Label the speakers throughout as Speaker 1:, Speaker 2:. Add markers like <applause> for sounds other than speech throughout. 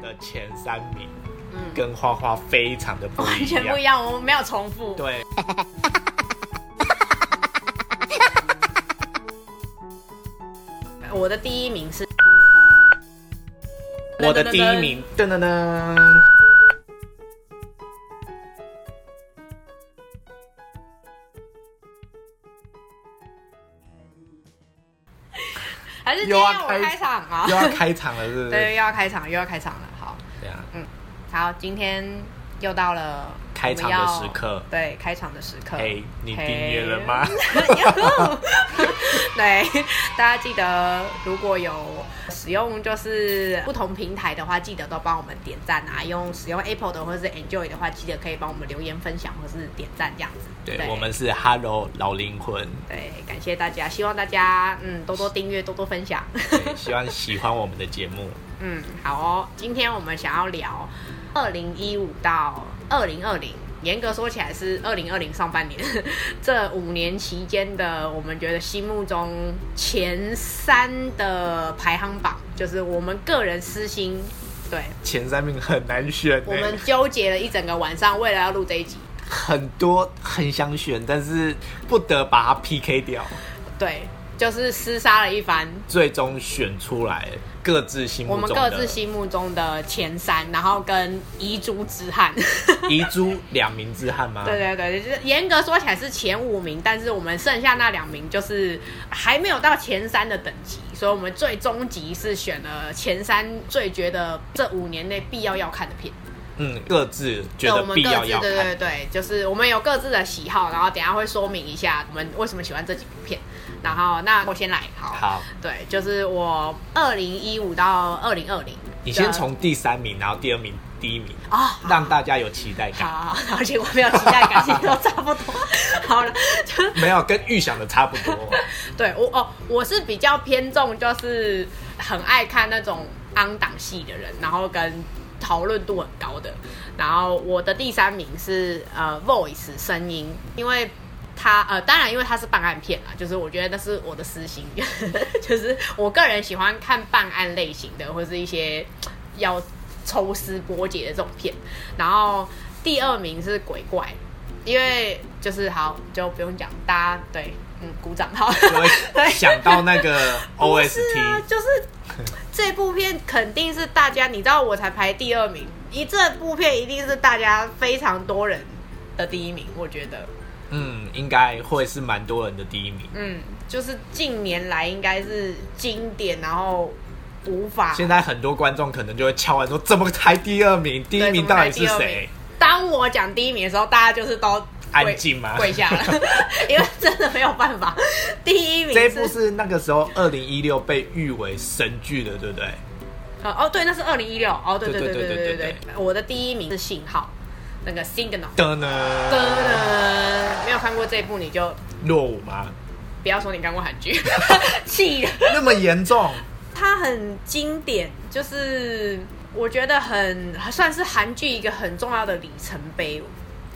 Speaker 1: 的前三名
Speaker 2: 嗯，
Speaker 1: 跟花花非常的不
Speaker 2: 完
Speaker 1: 一
Speaker 2: 全
Speaker 1: 样
Speaker 2: 不一。样，我们没有重复。
Speaker 1: 对，
Speaker 2: 我的第一名是
Speaker 1: 我的第一名，噔噔噔。
Speaker 2: <laughs> 还是今
Speaker 1: 又
Speaker 2: 天
Speaker 1: 要
Speaker 2: 我
Speaker 1: 开
Speaker 2: 开场啊？
Speaker 1: 又要开场了，是不是？
Speaker 2: 对，又嗯要开场，又要开场了。好，
Speaker 1: 对啊，
Speaker 2: 好，今天又到了
Speaker 1: 开场的
Speaker 2: 我们要
Speaker 1: 时刻
Speaker 2: 对，开场的时刻。
Speaker 1: 嘿，你订阅了吗？
Speaker 2: <laughs> 对，大家记得如果有使用就是不同平台的话，记得都帮我们点赞啊。用使用 Apple 的或者是 Enjoy 的话，记得可以帮我们留言分享或是点赞这样子。
Speaker 1: 对，我们是 Hello 老灵魂，
Speaker 2: 对，感谢大家，希望大家嗯多多订阅，多多分享。 <laughs>
Speaker 1: 对希望喜欢我们的节目。
Speaker 2: 嗯，好哦。今天我们想要聊二零一五到二零二零，严格说起来是二零二零上半年 <laughs> 这五年期间的，我们觉得心目中前三的排行榜，就是我们个人私心，对
Speaker 1: 前三名很难选欸，
Speaker 2: 我们纠结了一整个晚上，为了要录这一集。
Speaker 1: 很多很想选，但是不得把它 PK 掉，
Speaker 2: 对，就是厮杀了一番，
Speaker 1: 最终选出来各自心目
Speaker 2: 我们
Speaker 1: 中
Speaker 2: 各
Speaker 1: 的
Speaker 2: 自心目中的前三，然后跟遗珠之
Speaker 1: <laughs>
Speaker 2: 憾。
Speaker 1: 遗珠两名之汉吗？
Speaker 2: 对对对，就是严格说起来是前五名，但是我们剩下那两名就是还没有到前三的等级，所以我们最终极是选了前三最觉得这五年内必要要看的片。
Speaker 1: 嗯，各自觉
Speaker 2: 对
Speaker 1: 得
Speaker 2: 我们
Speaker 1: 必
Speaker 2: 各
Speaker 1: 要
Speaker 2: 自
Speaker 1: 要
Speaker 2: 对对
Speaker 1: 看，
Speaker 2: 对，就是我们有各自的喜好，然后等一下会说明一下我们为什么喜欢这几部片。然后那我先来，好，
Speaker 1: 好，
Speaker 2: 对，就是我二零一五到二零二零，
Speaker 1: 你先从第三名，然后第二名，第一名，
Speaker 2: 啊。
Speaker 1: 让大家有期待
Speaker 2: 好
Speaker 1: 感。
Speaker 2: 好好，而且我没有期待感，其实都差不多。好了，就
Speaker 1: 没有跟预想的差不
Speaker 2: <laughs>
Speaker 1: 多，
Speaker 2: 对我哦，我是比较偏重就是很爱看那种昂档戏的人，然后跟讨论度很高的。然后我的第三名是呃 Voice 声音，因为。它呃，当然，因为它是办案片啦，就是我觉得那是我的私心，就是我个人喜欢看办案类型的，或是一些要抽丝剥茧的这种片。然后第二名是鬼怪，因为就是好就不用讲，大家对嗯鼓掌好，
Speaker 1: 就会
Speaker 2: <laughs>
Speaker 1: 想到那个
Speaker 2: 不是啊
Speaker 1: OST，，
Speaker 2: 就是这部片肯定是大家，你知道我才排第二名，一这部片一定是大家非常多人的第一名，我觉得，
Speaker 1: 嗯，应该会是蛮多人的第一名。
Speaker 2: 嗯，就是近年来应该是经典，然后无法。
Speaker 1: 现在很多观众可能就会敲完说，怎么才第二名？第一名到底是谁？
Speaker 2: 当我讲第一名的时候，大家就是都跪
Speaker 1: 安静吗
Speaker 2: 跪
Speaker 1: <laughs>
Speaker 2: 下了，因为真的没有办法。第一名
Speaker 1: 这一部是那个时候二零一六被誉为神剧的，对不对？
Speaker 2: 呃哦，对，那是二零一六哦，对对对对对对
Speaker 1: 对对
Speaker 2: 对
Speaker 1: 对
Speaker 2: 我的第一名是信号，那个 Signal。
Speaker 1: 噔
Speaker 2: 噔
Speaker 1: 呢，
Speaker 2: 噔，没有看过这一部你就
Speaker 1: 落伍吗？
Speaker 2: 不要说你看过韩
Speaker 1: <laughs>
Speaker 2: 剧，气人。
Speaker 1: 那么严重？
Speaker 2: 它很经典，就是我觉得很算是韩剧一个很重要的里程碑，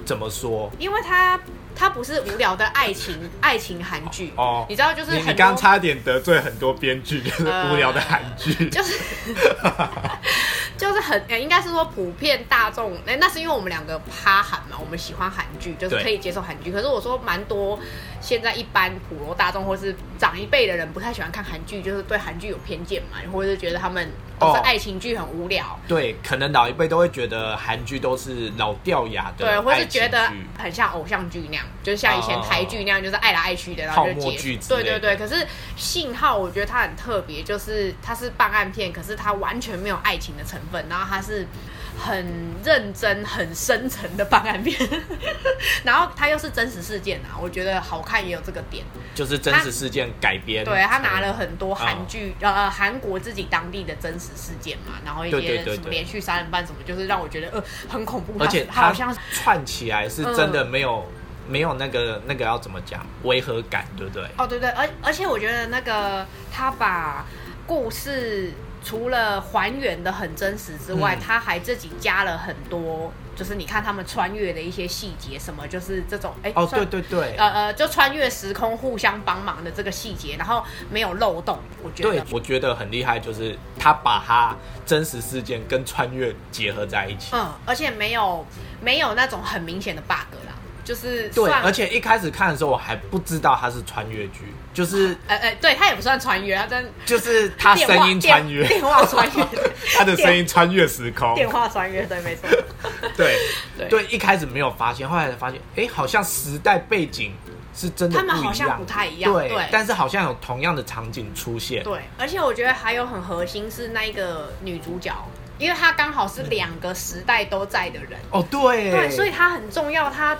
Speaker 1: 怎么说？
Speaker 2: 因为它它不是无聊的爱情爱情韩剧
Speaker 1: 哦
Speaker 2: 你知道就是
Speaker 1: 你你
Speaker 2: 很
Speaker 1: 刚
Speaker 2: 多
Speaker 1: 差点得罪很多编剧，就是
Speaker 2: 呃
Speaker 1: 无聊的韩剧。
Speaker 2: 就是 <laughs> 就是很呃应该是说普遍大众，那、那是因为我们两个哈韩嘛，我们喜欢韩剧，就是
Speaker 1: 对
Speaker 2: 可以接受韩剧。可是我说蛮多现在一般普罗大众或是长一辈的人不太喜欢看韩剧，就是对韩剧有偏见嘛，或者是觉得他们都是
Speaker 1: 哦
Speaker 2: 爱情剧很无聊。
Speaker 1: <laughs> 对，可能老一辈都会觉得韩剧都是老掉牙的
Speaker 2: 对，或
Speaker 1: 爱
Speaker 2: 是
Speaker 1: 情
Speaker 2: 觉得
Speaker 1: 剧
Speaker 2: 很像偶像剧那样，就是像以前
Speaker 1: 哦
Speaker 2: 台剧那样，就是爱来爱去的，然后就
Speaker 1: 泡沫
Speaker 2: 结
Speaker 1: 剧
Speaker 2: 束。
Speaker 1: 之
Speaker 2: 对
Speaker 1: 类的
Speaker 2: 对对，可是信号我觉得它很特别，就是它是办案片，可是它完全没有爱情的成分，然后它是很认真、很深沉的办案片， <laughs> 然后它又是真实事件啊，我觉得好看也有这个点。
Speaker 1: 就是真实事件改编。
Speaker 2: 对他拿了很多韩剧，
Speaker 1: 哦
Speaker 2: 呃，韩国自己当地的真实事件嘛，然后一
Speaker 1: 对对
Speaker 2: 些
Speaker 1: 对
Speaker 2: 什么
Speaker 1: 对
Speaker 2: 连续杀人犯什么，就是让我觉得呃很恐怖，
Speaker 1: 而且它
Speaker 2: 它好像是嗯
Speaker 1: 串起来是真的没有、没有那个那个要怎么讲违和感，对不对？
Speaker 2: 哦，对对，而而且我觉得那个他把故事除了还原的很真实之外，
Speaker 1: 嗯
Speaker 2: 他还自己加了很多就是你看他们穿越的一些细节，什么就是这种哎、
Speaker 1: 哦，
Speaker 2: 算
Speaker 1: 对对对，
Speaker 2: 呃呃，就穿越时空互相帮忙的这个细节，然后没有漏洞，我觉
Speaker 1: 对
Speaker 2: 得，
Speaker 1: 我觉得很厉害，就是他把他真实事件跟穿越结合在一起。
Speaker 2: 嗯，而且没有没有那种很明显的 bug 啦，就是
Speaker 1: 对，
Speaker 2: 算
Speaker 1: 而且一开始看的时候我还不知道他是穿越剧，就是
Speaker 2: 呃呃，对他也不算穿越，他真
Speaker 1: 就是他
Speaker 2: 电话
Speaker 1: 声音穿越，
Speaker 2: 电电话穿越， <laughs>
Speaker 1: 他的声音穿越时空。
Speaker 2: 电话穿越，对，没错，
Speaker 1: 对
Speaker 2: 对
Speaker 1: 对，一开始没有发现，后来才发现，哎，好像时代背景是真的
Speaker 2: 他们
Speaker 1: 不一
Speaker 2: 好像
Speaker 1: 样
Speaker 2: 不太一样
Speaker 1: 对，
Speaker 2: 对
Speaker 1: 但是好像有同样的场景出现。
Speaker 2: 对，而且我觉得还有很核心是那一个女主角，因为她刚好是两个时代都在的人，
Speaker 1: 哦，对，
Speaker 2: 对，所以她很重要，她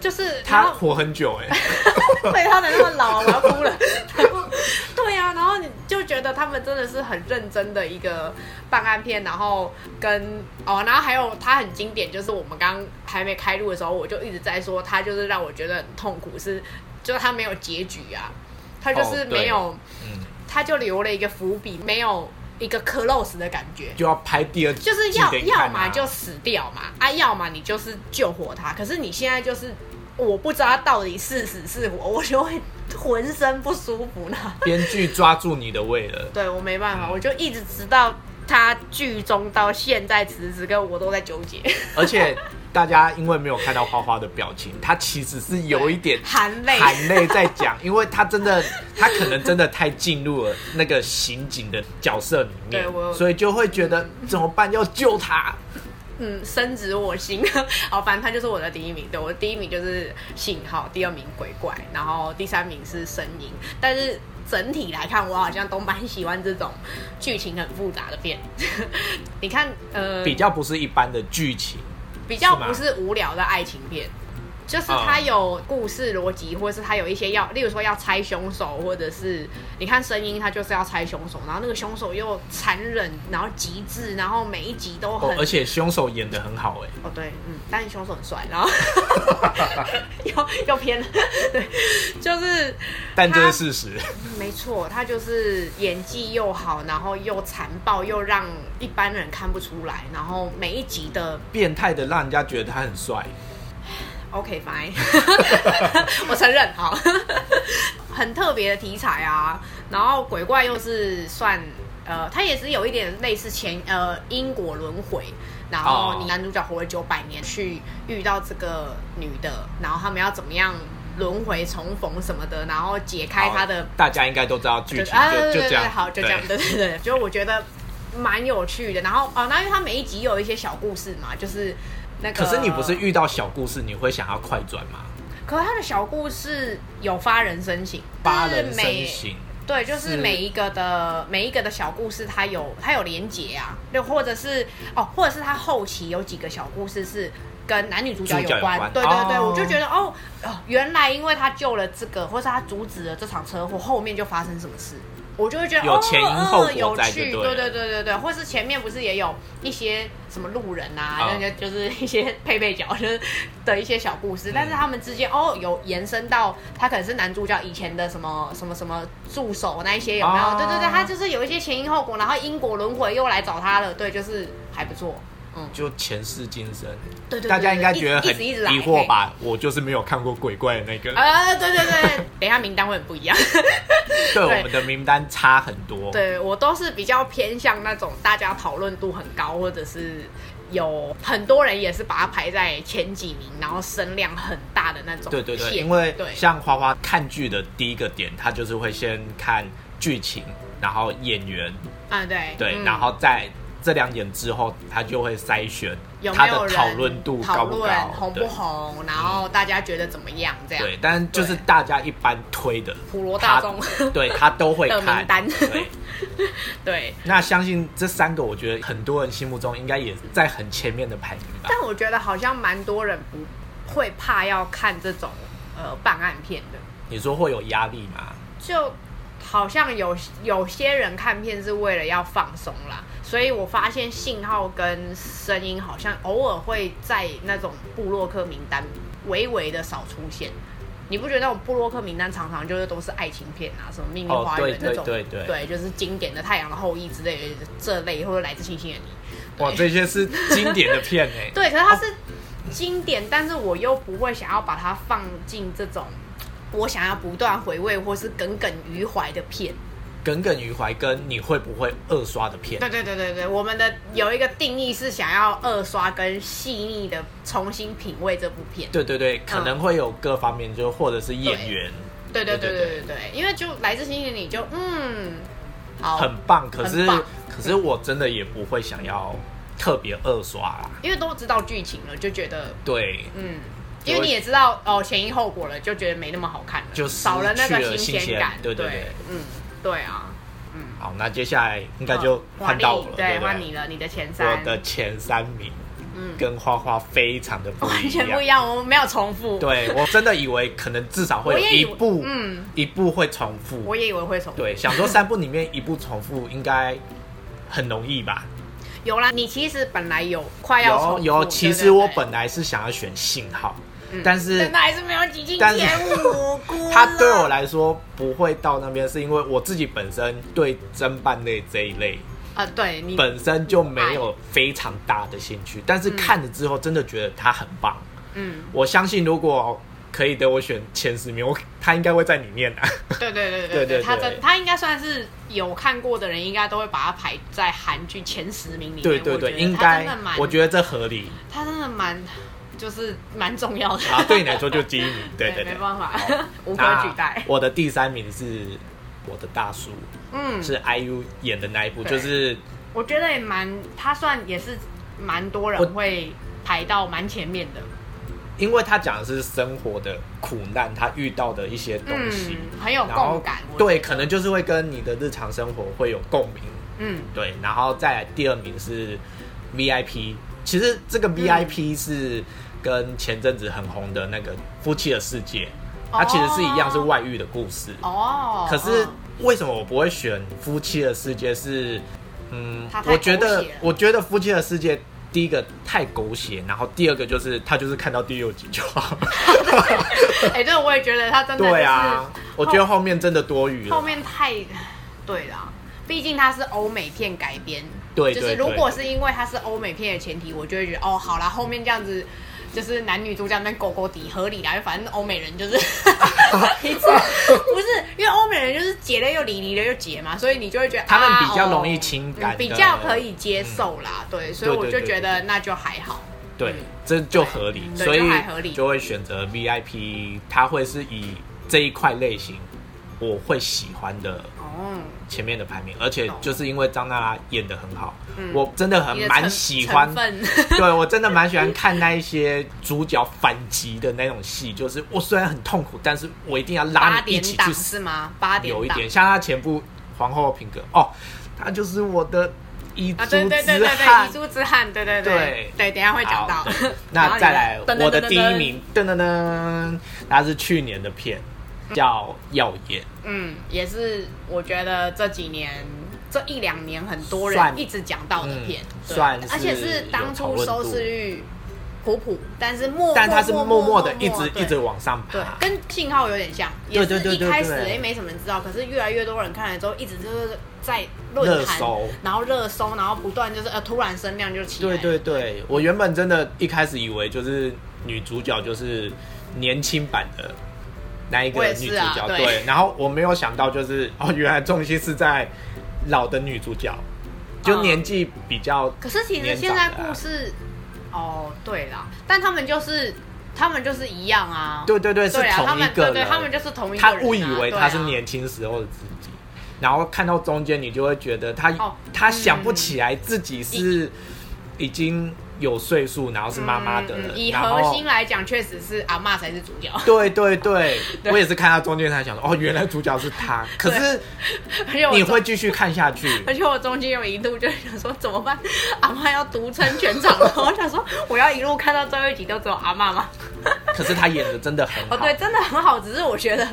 Speaker 2: 就是然
Speaker 1: 他
Speaker 2: 后
Speaker 1: 活很久
Speaker 2: <laughs>
Speaker 1: 哎、
Speaker 2: 对他能那么
Speaker 1: <laughs>
Speaker 2: 老，我要哭了。然后对呀、啊，然后你就觉得他们真的是很认真的一个办案片，然后跟哦，然后还有他很经典，就是我们刚还没开录的时候，我就一直在说他就是让我觉得很痛苦，是就是他没有结局啊，他就是
Speaker 1: 哦对
Speaker 2: 没有，
Speaker 1: 嗯，
Speaker 2: 他就留了一个伏笔，没有一个 close 的感觉。
Speaker 1: 就要拍第二季
Speaker 2: 就是要
Speaker 1: 给你看啊
Speaker 2: 要么就死掉嘛，啊，要么你就是救活他。可是你现在就是，我不知道他到底是死是活，我就会浑身不舒服呢。 <laughs>
Speaker 1: 编剧抓住你的胃了。
Speaker 2: 对我没办法，我就一直直到他剧中到现在此时此刻，我都在纠结， <laughs>
Speaker 1: 而且大家因为没有看到花花的表情，他其实是有一
Speaker 2: <laughs>
Speaker 1: 点
Speaker 2: 含泪。
Speaker 1: 含泪在讲， <laughs> 因为他真的，他可能真的太进入了那个刑警的角色里面
Speaker 2: 对我，
Speaker 1: 所以就会觉得怎么办？要救他。
Speaker 2: 嗯，深植我心。 <laughs> 好，反正他就是我的第一名。对，我的第一名就是信号，第二名鬼怪，然后第三名是声音。但是整体来看，我好像都蛮喜欢这种剧情很复杂的片。 <laughs> 你看，呃，
Speaker 1: 比较不是一般的剧情，
Speaker 2: 比较
Speaker 1: 是吗
Speaker 2: 不是无聊的爱情片，就是它有故事逻辑，或者是它有一些要，例如说要猜凶手，或者是你看声音，它就是要猜凶手，然后那个凶手又残忍，然后极致，然后每一集都
Speaker 1: 哦
Speaker 2: 很，
Speaker 1: 而且凶手演的很好哎、
Speaker 2: 哦，对，嗯，但是凶手很帅，然后又又偏了，对，就是
Speaker 1: 但这是事实。 <laughs>
Speaker 2: 没错，他就是演技又好，然后又残暴，又让一般人看不出来，然后每一集的
Speaker 1: 变态的让人家觉得他很帅，
Speaker 2: OK
Speaker 1: <laughs>
Speaker 2: fine，我承认，好，很特别的题材啊，然后鬼怪又是算。呃，它也是有一点类似前呃因果轮回，然后
Speaker 1: 哦
Speaker 2: 你男主角活了九百年去遇到这个女的，然后他们要怎么样轮回重逢什么的，然后解开他的
Speaker 1: 好大家应该都知道剧
Speaker 2: 就
Speaker 1: 情，
Speaker 2: 啊，对
Speaker 1: 就
Speaker 2: 对
Speaker 1: 就
Speaker 2: 对，
Speaker 1: 这
Speaker 2: 对
Speaker 1: 样，
Speaker 2: 好，就这样，对对对，就我觉得蛮有趣的。然后哦，那因为它每一集有一些小故事嘛，就是那个，
Speaker 1: 可是你不是遇到小故事，你会想要快转吗？
Speaker 2: 可是他的小故事有发人深省，
Speaker 1: 八
Speaker 2: 就是
Speaker 1: 人身
Speaker 2: 每
Speaker 1: 形，
Speaker 2: 对，就是
Speaker 1: 是
Speaker 2: 每一个的每一个的小故事，它有它有连结啊，就或者是哦，或者是他后期有几个小故事是。跟男女主角有
Speaker 1: 主角有
Speaker 2: 关，
Speaker 1: 关
Speaker 2: 对对对，
Speaker 1: 哦
Speaker 2: 我就觉得哦、哦，原来因为他救了这个，或是他阻止了这场车祸，后面就发生什么事，我就会觉得
Speaker 1: 有前因后
Speaker 2: 哦、
Speaker 1: 果
Speaker 2: 有
Speaker 1: 在
Speaker 2: 趣，
Speaker 1: 就
Speaker 2: 对
Speaker 1: 对了
Speaker 2: 对对对对，或是前面不是也有一些什么路人啊，
Speaker 1: 哦
Speaker 2: 那些就是一些配备角，就是的一些小故
Speaker 1: 嗯
Speaker 2: 事，但是他们之间哦有延伸到他可能是男主角以前的什么什么什么助手那一些有没有？
Speaker 1: 哦
Speaker 2: 对对对，他就是有一些前因后果，然后因果轮回又来找他了，对，就是还不错，嗯，
Speaker 1: 就前世今生。
Speaker 2: 对对对，
Speaker 1: 大家应该觉得
Speaker 2: 一
Speaker 1: 很
Speaker 2: 直一
Speaker 1: 疑
Speaker 2: 直来
Speaker 1: 惑？吧？我就是没有看过鬼怪的那个
Speaker 2: 嘿，呃，对对对，等一下名单会很不一样。
Speaker 1: 对我们的名单差很多。
Speaker 2: 对我都是比较偏向那种大家讨论度很高，或者是有很多人也是把它排在前几名，然后声量很大的那种
Speaker 1: 对
Speaker 2: 片。
Speaker 1: 对对，因为
Speaker 2: 对
Speaker 1: 像花花看剧的第一个点，她就是会先看剧情，然后演员，
Speaker 2: 啊对
Speaker 1: 对，
Speaker 2: 嗯
Speaker 1: 然后在这两点之后，她就会筛选
Speaker 2: 有
Speaker 1: 她
Speaker 2: 没有
Speaker 1: 的
Speaker 2: 人
Speaker 1: 讨论度
Speaker 2: 讨
Speaker 1: 高不
Speaker 2: 论
Speaker 1: 高，
Speaker 2: 红不
Speaker 1: 对
Speaker 2: 红，然后大家觉得怎么样？这样
Speaker 1: 对，但就是
Speaker 2: 对
Speaker 1: 大家一般推的
Speaker 2: 普罗
Speaker 1: 她
Speaker 2: 大众
Speaker 1: 对她都会
Speaker 2: 的
Speaker 1: 看
Speaker 2: 名单
Speaker 1: 对，
Speaker 2: <laughs> 对。
Speaker 1: 那相信这三个，我觉得很多人心目中应该也在很前面的排名吧。
Speaker 2: 但我觉得好像蛮多人不会怕要看这种呃办案片的，
Speaker 1: 你说会有压力吗？
Speaker 2: 就好像有有些人看片是为了要放松啦，所以我发现信号跟声音好像偶尔会在那种布洛克名单微微的少出现。你不觉得那种布洛克名单常常就是都是爱情片啊，什么《秘密
Speaker 1: 哦
Speaker 2: 花园》
Speaker 1: 对
Speaker 2: 那种，
Speaker 1: 对对对
Speaker 2: 就是经典的《太阳的后裔》之类的这类，或者《来自星星的你》，
Speaker 1: 哇，这些是经典的片哎、
Speaker 2: <laughs> 对，可是它是经典，但是我又不会想要把它放进这种我想要不断回味或是耿耿于怀的片。
Speaker 1: 耿耿于怀跟你会不会二刷的片
Speaker 2: 对，对对对对，我们的有一个定义是想要二刷跟细腻的重新品味这部片。
Speaker 1: 对对对，可能会有各方面，就或者是演员
Speaker 2: 嗯对对对
Speaker 1: 对
Speaker 2: 对
Speaker 1: 对
Speaker 2: 对对，因为就来自星星的你就嗯，好，
Speaker 1: 很棒，可是
Speaker 2: 很棒
Speaker 1: 可是我真的也不会想要特别二刷啦。
Speaker 2: 因为都知道剧情了，就觉得
Speaker 1: 对，
Speaker 2: 嗯，
Speaker 1: 就
Speaker 2: 因
Speaker 1: 会
Speaker 2: 为你也知道哦前因后果了，就觉得没那么好看了，
Speaker 1: 就
Speaker 2: 少了那
Speaker 1: 失去
Speaker 2: 个
Speaker 1: 了新
Speaker 2: 鲜
Speaker 1: 鲜
Speaker 2: 感。
Speaker 1: 对对
Speaker 2: 对
Speaker 1: 对，
Speaker 2: 嗯，对啊，
Speaker 1: 好，那接下来应该就
Speaker 2: 嗯
Speaker 1: 换到我
Speaker 2: 华丽
Speaker 1: 了，
Speaker 2: 对，
Speaker 1: 不
Speaker 2: 换你了，你的前
Speaker 1: 我
Speaker 2: 三，
Speaker 1: 的前三名，
Speaker 2: 嗯
Speaker 1: 跟花花非常的不
Speaker 2: 完
Speaker 1: 一
Speaker 2: 全
Speaker 1: 样
Speaker 2: 不一。样，我们没有重复，
Speaker 1: 对我真的以为可能至少会
Speaker 2: 我
Speaker 1: 有
Speaker 2: 也以
Speaker 1: 一
Speaker 2: 为
Speaker 1: 部，
Speaker 2: 嗯，
Speaker 1: 一部会重复
Speaker 2: 我。也以为会重复，
Speaker 1: 对，想说三部里面一部重复应该很容易
Speaker 2: <laughs>
Speaker 1: 吧？
Speaker 2: 有啦，你其实本来有快要重
Speaker 1: 有
Speaker 2: 复，
Speaker 1: 有，
Speaker 2: 对
Speaker 1: 其
Speaker 2: 对
Speaker 1: 实我
Speaker 2: 对
Speaker 1: 本来是想要选信号
Speaker 2: 嗯，
Speaker 1: 但是
Speaker 2: 但那还是没有挤进
Speaker 1: 但是
Speaker 2: 前五姑，
Speaker 1: 它对我来说不会到那边，是因为我自己本身对侦办类这一类
Speaker 2: 啊，对你
Speaker 1: 本身就没有非常大的兴趣，但是看了之后真的觉得它很棒。
Speaker 2: 嗯，
Speaker 1: 我相信如果可以得我选前十名，我它应该会在里面的、啊
Speaker 2: 对对
Speaker 1: 对
Speaker 2: 对对对，
Speaker 1: 对
Speaker 2: 他
Speaker 1: 对
Speaker 2: 真他应该算是有看过的人，应该都会把它排在韩剧前十名里面。
Speaker 1: 对对
Speaker 2: 我觉
Speaker 1: 对，
Speaker 2: 得
Speaker 1: 应
Speaker 2: 他真
Speaker 1: 该
Speaker 2: 的蛮，
Speaker 1: 我觉得这合理
Speaker 2: 他真的蛮，就是蛮重要的。
Speaker 1: 啊，
Speaker 2: <laughs>
Speaker 1: 对你来说就第一名，对对
Speaker 2: 没
Speaker 1: 对，
Speaker 2: 办法
Speaker 1: 好，
Speaker 2: 无可
Speaker 1: 那
Speaker 2: 取代。
Speaker 1: 我的第三名是我的大叔，
Speaker 2: 嗯，
Speaker 1: 是 IU 演的那一部，就
Speaker 2: 对
Speaker 1: 是
Speaker 2: 我觉得也蛮，他算也是蛮多
Speaker 1: 我
Speaker 2: 人会排到蛮前面的。
Speaker 1: 因为他讲的是生活的苦难，他遇到的一些东西，
Speaker 2: 嗯，很有
Speaker 1: 然后
Speaker 2: 共感。我
Speaker 1: 对，
Speaker 2: 觉得
Speaker 1: 可能就是会跟你的日常生活会有共鸣，
Speaker 2: 嗯，
Speaker 1: 对，然后再来第二名是 VIP，其实这
Speaker 2: 嗯
Speaker 1: 个 VIP 是跟前阵子很红的那个《夫妻的世界》，它其实是一样是外遇的故事，
Speaker 2: 哦。
Speaker 1: 可是
Speaker 2: 嗯
Speaker 1: 为什么我不会选《夫妻的世界》是？嗯
Speaker 2: 它，太
Speaker 1: 我觉
Speaker 2: 狗
Speaker 1: 得
Speaker 2: 血了，
Speaker 1: 我觉得《夫妻的世界》第一个太狗血，然后第二个就是他就是看到第六集就好。
Speaker 2: <laughs> 哎，对，我也觉得他真的就
Speaker 1: 对
Speaker 2: 是
Speaker 1: 啊，我觉得后面真的多余了。
Speaker 2: 后面太对啦，毕竟它是欧美片改编，
Speaker 1: 对
Speaker 2: 就是
Speaker 1: 对
Speaker 2: 如
Speaker 1: 对
Speaker 2: 果是因为它是欧美片的前提，我就会觉得哦，好啦，后面这样子就是男女主角那边勾勾底合理啦，因为反正欧美人
Speaker 1: <laughs>
Speaker 2: 就是一次不是因为欧美人就是结了又离，离了又结嘛，所以你就会觉得
Speaker 1: 他们
Speaker 2: 啊
Speaker 1: 比较容易
Speaker 2: 哦
Speaker 1: 情感
Speaker 2: 嗯比
Speaker 1: 的嗯
Speaker 2: 较可以接受啦，对，所以
Speaker 1: 对
Speaker 2: 我
Speaker 1: 对
Speaker 2: 就
Speaker 1: 对
Speaker 2: 觉
Speaker 1: 对
Speaker 2: 得那就还好，
Speaker 1: 对，这就合理，
Speaker 2: 嗯对
Speaker 1: 所以
Speaker 2: 就还合理
Speaker 1: 就会选择 VIP，它会是以这一块类型我会喜欢的
Speaker 2: 哦，
Speaker 1: 前面的排名，而且就是因为张娜拉演的很好，我真的很
Speaker 2: 嗯你的
Speaker 1: 蛮
Speaker 2: 成
Speaker 1: 喜欢
Speaker 2: 成。分
Speaker 1: <laughs> 对我真的蛮喜欢看那一些主角反击的那种戏，就是我虽然很痛苦，但是我一定要
Speaker 2: 八
Speaker 1: 拉你一
Speaker 2: 点
Speaker 1: 起去
Speaker 2: 档
Speaker 1: 死
Speaker 2: 是吗？八点
Speaker 1: 有一
Speaker 2: 档
Speaker 1: 点像他前部《皇后的品格》哦，他就是我的遗珠
Speaker 2: 啊，对对对
Speaker 1: 之
Speaker 2: 对对，遗
Speaker 1: 憾。
Speaker 2: 珠之憾，对对
Speaker 1: 对
Speaker 2: 对，等一下会讲到
Speaker 1: 好对。
Speaker 2: 然后
Speaker 1: 那
Speaker 2: 你
Speaker 1: 再来
Speaker 2: 噔噔噔
Speaker 1: 我的第
Speaker 2: 噔
Speaker 1: 一
Speaker 2: 噔，
Speaker 1: 名，噔噔噔，那是去年的片，叫《耀眼》，
Speaker 2: <laughs> 嗯，也是我觉得这几年这一两年很多人
Speaker 1: 算
Speaker 2: 一直讲到的片
Speaker 1: 嗯，
Speaker 2: 对
Speaker 1: 算是
Speaker 2: 而且是当初收视率普普，但是默，
Speaker 1: 但他是默默
Speaker 2: 默
Speaker 1: 的一直
Speaker 2: 对
Speaker 1: 一直往上
Speaker 2: 对，
Speaker 1: 爬。
Speaker 2: 跟信号有点像，也
Speaker 1: 对
Speaker 2: 是
Speaker 1: 对对
Speaker 2: 一
Speaker 1: 对
Speaker 2: 开始
Speaker 1: 对
Speaker 2: 也没什么人知道，可是越来越多人看了之后，一直就是在论
Speaker 1: 热
Speaker 2: 坛
Speaker 1: 搜，
Speaker 2: 然后热搜，然后不断就是呃突然声量就起来
Speaker 1: 对对
Speaker 2: 了，
Speaker 1: 对，我原本真的一开始以为就是女主角就是年轻版的那一个
Speaker 2: 我也
Speaker 1: 女
Speaker 2: 是
Speaker 1: 主
Speaker 2: 啊
Speaker 1: 角，
Speaker 2: 对
Speaker 1: 对，然后我没有想到就是哦，原来重心是在老的女主角，就
Speaker 2: 嗯
Speaker 1: 年纪比较、
Speaker 2: 可是其实
Speaker 1: 年
Speaker 2: 现
Speaker 1: 长
Speaker 2: 在
Speaker 1: 的啊啊
Speaker 2: 故事，哦，对啦，但他们就是他们就是一样啊，
Speaker 1: 对对对，是
Speaker 2: 对啊，他
Speaker 1: 同一
Speaker 2: 们
Speaker 1: 个
Speaker 2: 对
Speaker 1: 人，
Speaker 2: 对，他们就是同一个
Speaker 1: 他
Speaker 2: 人啊、
Speaker 1: 误以为
Speaker 2: 对
Speaker 1: 她是
Speaker 2: 啊
Speaker 1: 年轻时候的自己，然后看到中间你就会觉得她
Speaker 2: 哦嗯
Speaker 1: 她想不起来自己是已经有岁数，然后是妈妈的
Speaker 2: 嗯嗯
Speaker 1: 了，
Speaker 2: 以
Speaker 1: 然
Speaker 2: 核
Speaker 1: 后
Speaker 2: 心来讲，确实是阿嬷才是主角， <laughs>
Speaker 1: 对对对，
Speaker 2: 对
Speaker 1: 我也是看到中间才想说，哦，原来主角是
Speaker 2: <laughs>
Speaker 1: 他。可是
Speaker 2: 而且我
Speaker 1: 你
Speaker 2: 中
Speaker 1: 会继续看下去，
Speaker 2: 而且我中间有一度就想说怎么办，阿嬷要独撑全场， <laughs> 然后我想说我要一路看到最后一集都只有阿嬷吗？
Speaker 1: 可是他演的真的很
Speaker 2: 哦，
Speaker 1: 好。
Speaker 2: 对，真的很好，只是我觉得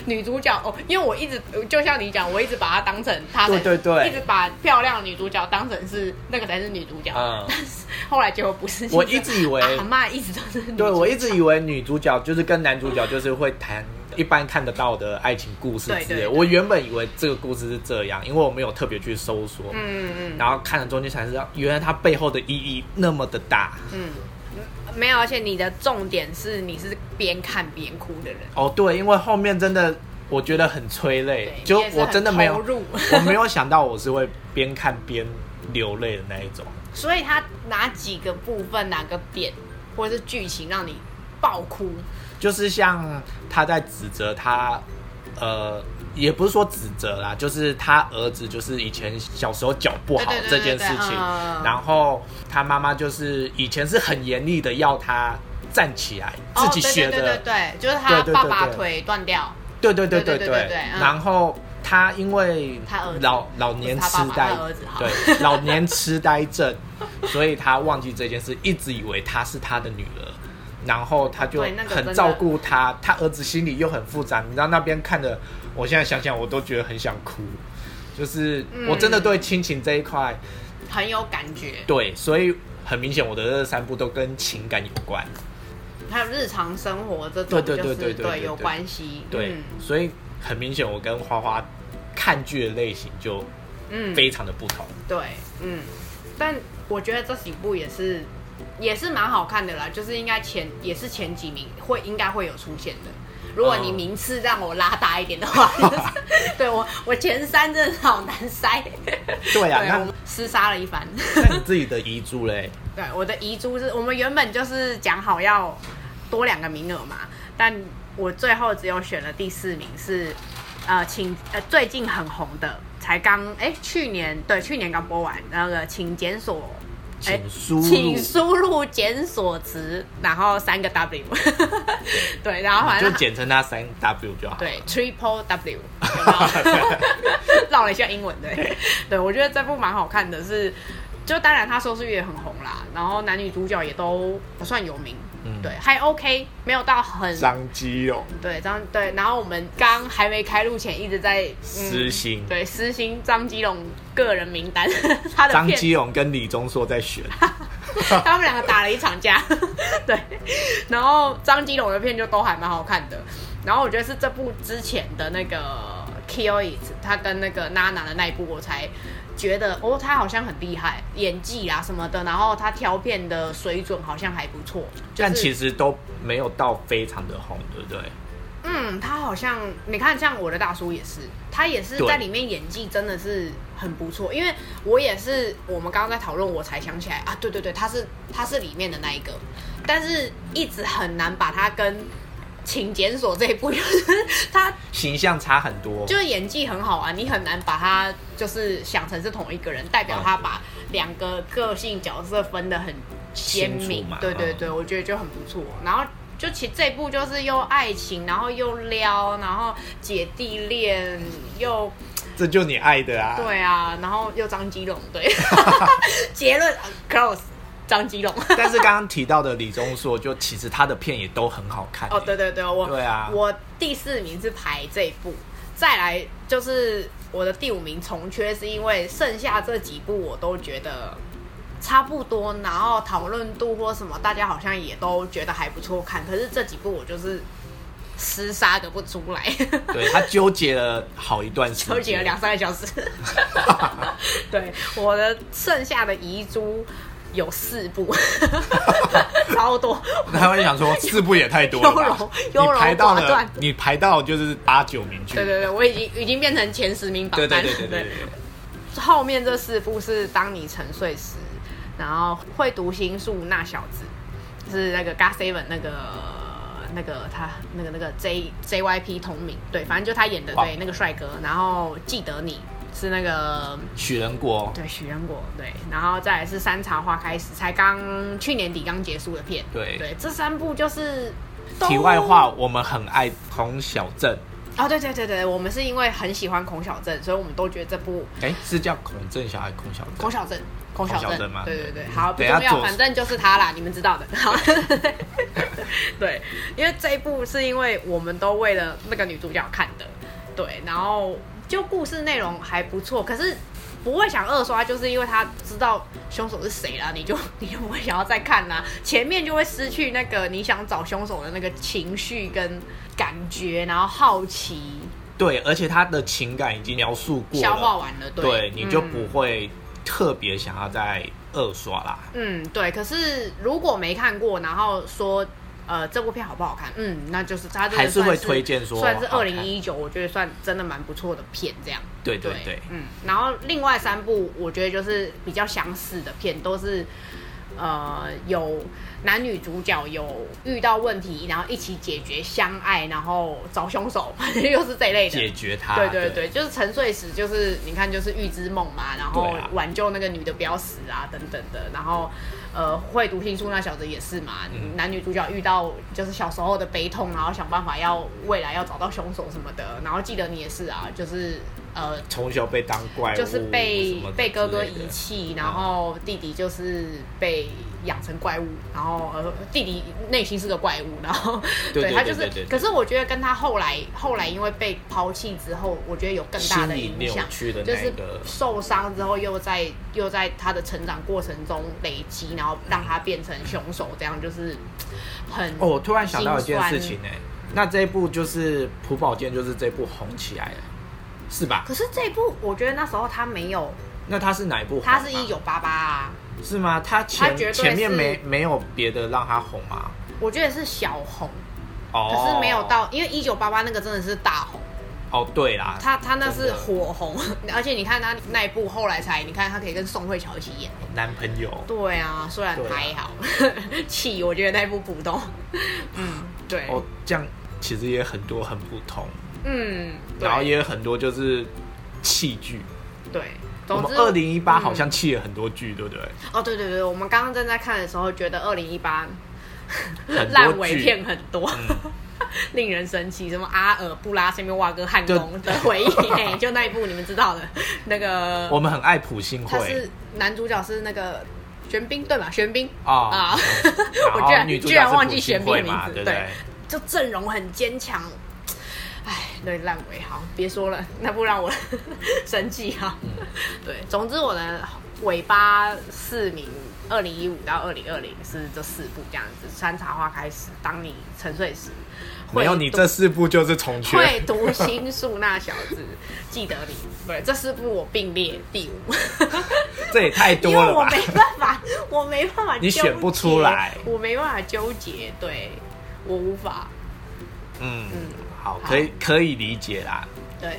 Speaker 2: <laughs> 女主角哦，因为我一直就像你讲，我一直把她当成她才
Speaker 1: 对对对
Speaker 2: 一直把漂亮的女主角当成是那个才是女主角，
Speaker 1: 嗯
Speaker 2: 但是 <laughs> 后来结果不是。
Speaker 1: 我一直以为
Speaker 2: 阿妈一直都是女主
Speaker 1: 对我一直以为女主角就是跟男主角就是会谈一般看得到的爱情故事之
Speaker 2: 对对
Speaker 1: 类。
Speaker 2: 对
Speaker 1: 我原本以为这个故事是这样，因为我没有特别去搜索，
Speaker 2: 嗯嗯
Speaker 1: 然后看了中间才知道，原来它背后的意义那么的大。
Speaker 2: 嗯，没有，而且你的重点是你是边看边哭的人，
Speaker 1: 哦，对，因为后面真的我觉得很催泪
Speaker 2: 对，，
Speaker 1: 就
Speaker 2: 你也是
Speaker 1: 我
Speaker 2: 很
Speaker 1: 真的没
Speaker 2: 投
Speaker 1: 有，
Speaker 2: 入， <laughs>
Speaker 1: 我没有想到我是会边看边流泪的那一种。
Speaker 2: 所以他哪几个部分、哪个点或者是剧情让你爆哭？
Speaker 1: 就是像他在指责他，呃，也不是说指责啦，就是他儿子就是以前小时候脚不好
Speaker 2: 对对对
Speaker 1: 这件事
Speaker 2: 对
Speaker 1: 情
Speaker 2: 对嗯，
Speaker 1: 然后他妈妈就是以前是很严厉的要他站起来，自己学
Speaker 2: 哦、对对对
Speaker 1: 的
Speaker 2: 对，对，就是他
Speaker 1: 对对对
Speaker 2: 爸爸
Speaker 1: 对
Speaker 2: 腿断掉，
Speaker 1: 对对对
Speaker 2: 对对对对
Speaker 1: 对
Speaker 2: 对嗯，
Speaker 1: 然后。他因为
Speaker 2: 他儿子
Speaker 1: 老老年
Speaker 2: 不是
Speaker 1: 痴
Speaker 2: 他爸爸
Speaker 1: 呆
Speaker 2: 他儿子，好
Speaker 1: 对老年痴呆
Speaker 2: <laughs>
Speaker 1: 症，所以他忘记这件事，一直以为她是他的女儿，然后他就
Speaker 2: 对那个真的
Speaker 1: 很照顾他，他儿子心里又很复杂。你知道那边看的，我现在想想我都觉得很想哭，就是
Speaker 2: 嗯
Speaker 1: 我真的对亲情这一块，
Speaker 2: 很有感觉。
Speaker 1: 对，所以很明显我的这三部都跟情感有关，
Speaker 2: 还有日常生活这种，
Speaker 1: 对对对
Speaker 2: 就是
Speaker 1: 对对对对
Speaker 2: 有关系。
Speaker 1: 对，
Speaker 2: 嗯
Speaker 1: 所以很明显我跟花花看剧的类型就
Speaker 2: 嗯，嗯，
Speaker 1: 非常的不同。
Speaker 2: 对，嗯。但我觉得这几部也是也是蛮好看的啦，就是应该前也是前几名会应该会有出现的。如果你
Speaker 1: 嗯
Speaker 2: 名次让我拉大一点
Speaker 1: <laughs>
Speaker 2: 的话，就是对我我前三真的好难塞。
Speaker 1: 对啊，
Speaker 2: 对，我
Speaker 1: 那
Speaker 2: 们厮杀了
Speaker 1: <laughs>
Speaker 2: 一番。
Speaker 1: 那你自己的遗珠嘞？
Speaker 2: 对，我的遗珠是我们原本就是讲好要多两个名额嘛，但我最后只有选了第四名是，呃，请呃最近很红的，才刚哎去年对去年刚播完那个请检索，哎
Speaker 1: 请输入
Speaker 2: 请输入检索值，然后三个 W，对，然后反
Speaker 1: 就
Speaker 2: 正
Speaker 1: 简称它三 W 就好。
Speaker 2: 对 Triple
Speaker 1: <laughs>
Speaker 2: W，有 <laughs> 没有绕了一下英文对，对我觉得这部蛮好看的是，就当然它收视率也很红啦，然后男女主角也都不算有名，
Speaker 1: 嗯
Speaker 2: 对，还 OK，没有到很
Speaker 1: 张基勇
Speaker 2: 对张对，然后我们刚还没开录前一直在、嗯
Speaker 1: 私心，
Speaker 2: 对私心张基龙个人名单， <laughs> 他的
Speaker 1: 张
Speaker 2: 片
Speaker 1: 基勇跟李钟硕在
Speaker 2: <laughs>
Speaker 1: 选。
Speaker 2: 他们两个打了一场架， <laughs> 对，然后张基龙的片就都还蛮好看的，然后我觉得是这部之前的那个《Kill It》，他跟那个娜娜的那一部，我才觉得哦，他好像很厉害，演技啦什么的，然后他挑片的水准好像还不错，就
Speaker 1: 但其
Speaker 2: 是
Speaker 1: 实都没有到非常的红，对不对？
Speaker 2: 嗯，他好像你看，像我的大叔也是，他也是
Speaker 1: 对
Speaker 2: 在里面演技真的是很不错，因为我也是我们刚刚在讨论，我才想起来啊，对对对，他是他是里面的那一个，但是一直很难把他跟《请检索》这一部，就是他
Speaker 1: 形象差很多。
Speaker 2: 就是演技很好啊，你很难把他就是想成是同一个人，代表他把两个个性角色分得很鲜
Speaker 1: 清
Speaker 2: 明
Speaker 1: 楚嘛。
Speaker 2: 对对
Speaker 1: 嗯
Speaker 2: 对，我觉得就很不错。然后就其实这部就是又爱情，然后又撩，然后姐弟恋，又
Speaker 1: 这就你爱的啊。
Speaker 2: 对啊，然后又张基龙，对， <laughs> 结论呃 close 张基龙。
Speaker 1: 但是刚刚提到的李钟硕，就其实他的片也都很好看。
Speaker 2: 哦，对对对，我
Speaker 1: 对啊
Speaker 2: 我第四名是排这一部，再来就是我的第五名重缺，是因为剩下这几部我都觉得差不多，然后讨论度或什么，大家好像也都觉得还不错看，可是这几部我就是厮杀的不出来。 <laughs>
Speaker 1: 对他纠结了好一段时间，
Speaker 2: 纠结了两三个小时。对，我的剩下的遗珠有四部， <laughs> 超多。
Speaker 1: 他会想说，四部也太多
Speaker 2: <laughs>
Speaker 1: 了吧。
Speaker 2: 优柔优柔
Speaker 1: 你排到
Speaker 2: 寡
Speaker 1: 了
Speaker 2: 断，
Speaker 1: 你排到就是八九名去。
Speaker 2: 对对对，我已经已经变成前十名榜
Speaker 1: 对对
Speaker 2: 单。
Speaker 1: 对对对对。
Speaker 2: 后面这四部是《当你沉睡时》，然后《会读心术那小子》，是那个 g a s e v e n 那个那个他那个那个 J JYP 同名，对，反正就他演的
Speaker 1: 哇
Speaker 2: 对那个帅哥，然后记得你是那个
Speaker 1: 许仁国，
Speaker 2: 对许愿果对，然后再来是《山茶花开时》，才刚去年底刚结束的片，
Speaker 1: 对
Speaker 2: 对，这三部就是都
Speaker 1: 题外话，我们很爱孔小镇，
Speaker 2: 哦，对对对对，我们是因为很喜欢孔小镇，所以我们都觉得这部
Speaker 1: 哎，是叫孔镇小还是孔小镇？
Speaker 2: 孔小镇，孔
Speaker 1: 小镇
Speaker 2: 小镇
Speaker 1: 嘛
Speaker 2: 对对对，
Speaker 1: 嗯
Speaker 2: 好，不
Speaker 1: 等
Speaker 2: 重
Speaker 1: 下
Speaker 2: 要，
Speaker 1: 做
Speaker 2: 反正就是他啦，你们知道的。
Speaker 1: <laughs>
Speaker 2: 好，对，因为这一部是因为我们都为了那个女主角看的，对，然后就故事内容还不错，可是不会想二刷，就是因为他知道凶手是谁啦，你就 <laughs> 你就不会想要再看啦，前面就会失去那个你想找凶手的那个情绪跟感感觉，然后好奇，
Speaker 1: 对，而且他的情感已经描述过了，
Speaker 2: 消化完了，
Speaker 1: 对，你就
Speaker 2: 嗯
Speaker 1: 不会特别想要再二刷啦。
Speaker 2: 嗯，对。可是如果没看过，然后说呃这部片好不好看，嗯，那就是它真的
Speaker 1: 还是会
Speaker 2: 算
Speaker 1: 推荐说
Speaker 2: 算是
Speaker 1: 好
Speaker 2: 二
Speaker 1: 看
Speaker 2: 零一九，我觉得算真的蛮不错的片这样。
Speaker 1: 对对对，
Speaker 2: 嗯。然后另外三部我觉得就是比较相似的片，都是呃有男女主角有遇到问题，然后一起解决、相爱，然后找凶手， <laughs> 又是这一类的。
Speaker 1: 解决它。
Speaker 2: 嗯对对对，就是沉睡时，就是你看，就是预知梦嘛，然后
Speaker 1: 对啊
Speaker 2: 挽救那个女的不要死啊，等等的，然后呃，会读心术那小子也是嘛，
Speaker 1: 嗯
Speaker 2: 男女主角遇到就是小时候的悲痛，然后想办法要未来要找到凶手什么的，然后记得你也是啊，就是呃，
Speaker 1: 从小被当怪物，
Speaker 2: 就是被
Speaker 1: 什么的
Speaker 2: 被哥哥
Speaker 1: 之类的嗯
Speaker 2: 遗弃，然后弟弟就是被养成怪物，然后呃弟弟内心是个怪物，然后
Speaker 1: 对对
Speaker 2: 他
Speaker 1: 对
Speaker 2: 就是
Speaker 1: 对对对。
Speaker 2: 可是我觉得跟他后来后来因为被抛弃之后，我觉得有更大的
Speaker 1: 心理
Speaker 2: 影
Speaker 1: 扭
Speaker 2: 响，
Speaker 1: 曲的
Speaker 2: 就
Speaker 1: 那
Speaker 2: 是
Speaker 1: 个
Speaker 2: 受伤之后又在又在他的成长过程中累积，然后让他变成凶手，这样就是很
Speaker 1: 哦，我突然想到一件事
Speaker 2: 心
Speaker 1: 情
Speaker 2: 酸。
Speaker 1: 哎、那这一部就是朴宝剑，就是这一部红起来了，是吧？
Speaker 2: 可是这一部我觉得那时候他没有，
Speaker 1: 那他是哪一部红啊？
Speaker 2: 他是一九八八啊。
Speaker 1: 是吗？他前
Speaker 2: 他绝对是
Speaker 1: 前面没没有别的让他红吗？
Speaker 2: 我觉得是小红，
Speaker 1: 哦，
Speaker 2: 可是没有到，因为一九八八那个真的是大红，
Speaker 1: 哦，对啦，
Speaker 2: 他他那
Speaker 1: 真
Speaker 2: 是
Speaker 1: 的
Speaker 2: 火红， <laughs> 而且你看他那一部后来才，你看他可以跟宋慧乔一起演。
Speaker 1: 男朋友
Speaker 2: 对啊，虽然
Speaker 1: 对啊
Speaker 2: 还好， <laughs> 气、我觉得那一部普
Speaker 1: <laughs>
Speaker 2: 通，嗯，对，
Speaker 1: 哦，这样其实也很多很不同，
Speaker 2: 嗯，对
Speaker 1: 然后也有很多就是器具。
Speaker 2: 对，
Speaker 1: 我
Speaker 2: 总
Speaker 1: 们
Speaker 2: 之
Speaker 1: 二零一八
Speaker 2: 嗯
Speaker 1: 好像弃了很多剧，对不
Speaker 2: <laughs>
Speaker 1: 对？
Speaker 2: 哦，对对对，我们刚刚正在看的时候，觉得二零一八
Speaker 1: 很多
Speaker 2: 烂尾
Speaker 1: 剧嗯
Speaker 2: 片很多。 <laughs> 令人生气，什么阿尔布拉、塞缪瓦哥、汉宫的
Speaker 1: <laughs>
Speaker 2: 回忆，嘿，就那一部你们知道的，那个
Speaker 1: 我们很爱朴信
Speaker 2: 他
Speaker 1: 惠
Speaker 2: 是男主角是那个玄彬对吧？玄彬
Speaker 1: <laughs> 啊，然
Speaker 2: 我居
Speaker 1: 后
Speaker 2: 然
Speaker 1: 女主
Speaker 2: 居然
Speaker 1: 角
Speaker 2: 忘
Speaker 1: 是朴
Speaker 2: 记玄
Speaker 1: 信
Speaker 2: 彬
Speaker 1: 惠
Speaker 2: 的名
Speaker 1: 嘛，
Speaker 2: 字，
Speaker 1: 对不对？
Speaker 2: 就阵容很坚强。哎，对烂尾好，别说了，那不让我 <laughs> 生气哈。
Speaker 1: 嗯
Speaker 2: 对，总之我的尾巴四名，二零一五到二零二零是这四部这样子，《山茶花开始》，当你沉睡时，
Speaker 1: 没有
Speaker 2: 会
Speaker 1: 你
Speaker 2: 读
Speaker 1: 这四部就是重缺，
Speaker 2: 会读心术那小子，记得你。对，这四部我并列第五。
Speaker 1: 这也太多
Speaker 2: 因为
Speaker 1: 了
Speaker 2: 我
Speaker 1: 吧？
Speaker 2: 没办法，我没办法纠结，
Speaker 1: 你选不出来
Speaker 2: 我没办法纠结，对我无法，
Speaker 1: 嗯
Speaker 2: 嗯，
Speaker 1: 好，
Speaker 2: 好
Speaker 1: 可以可以理解啦。
Speaker 2: 对，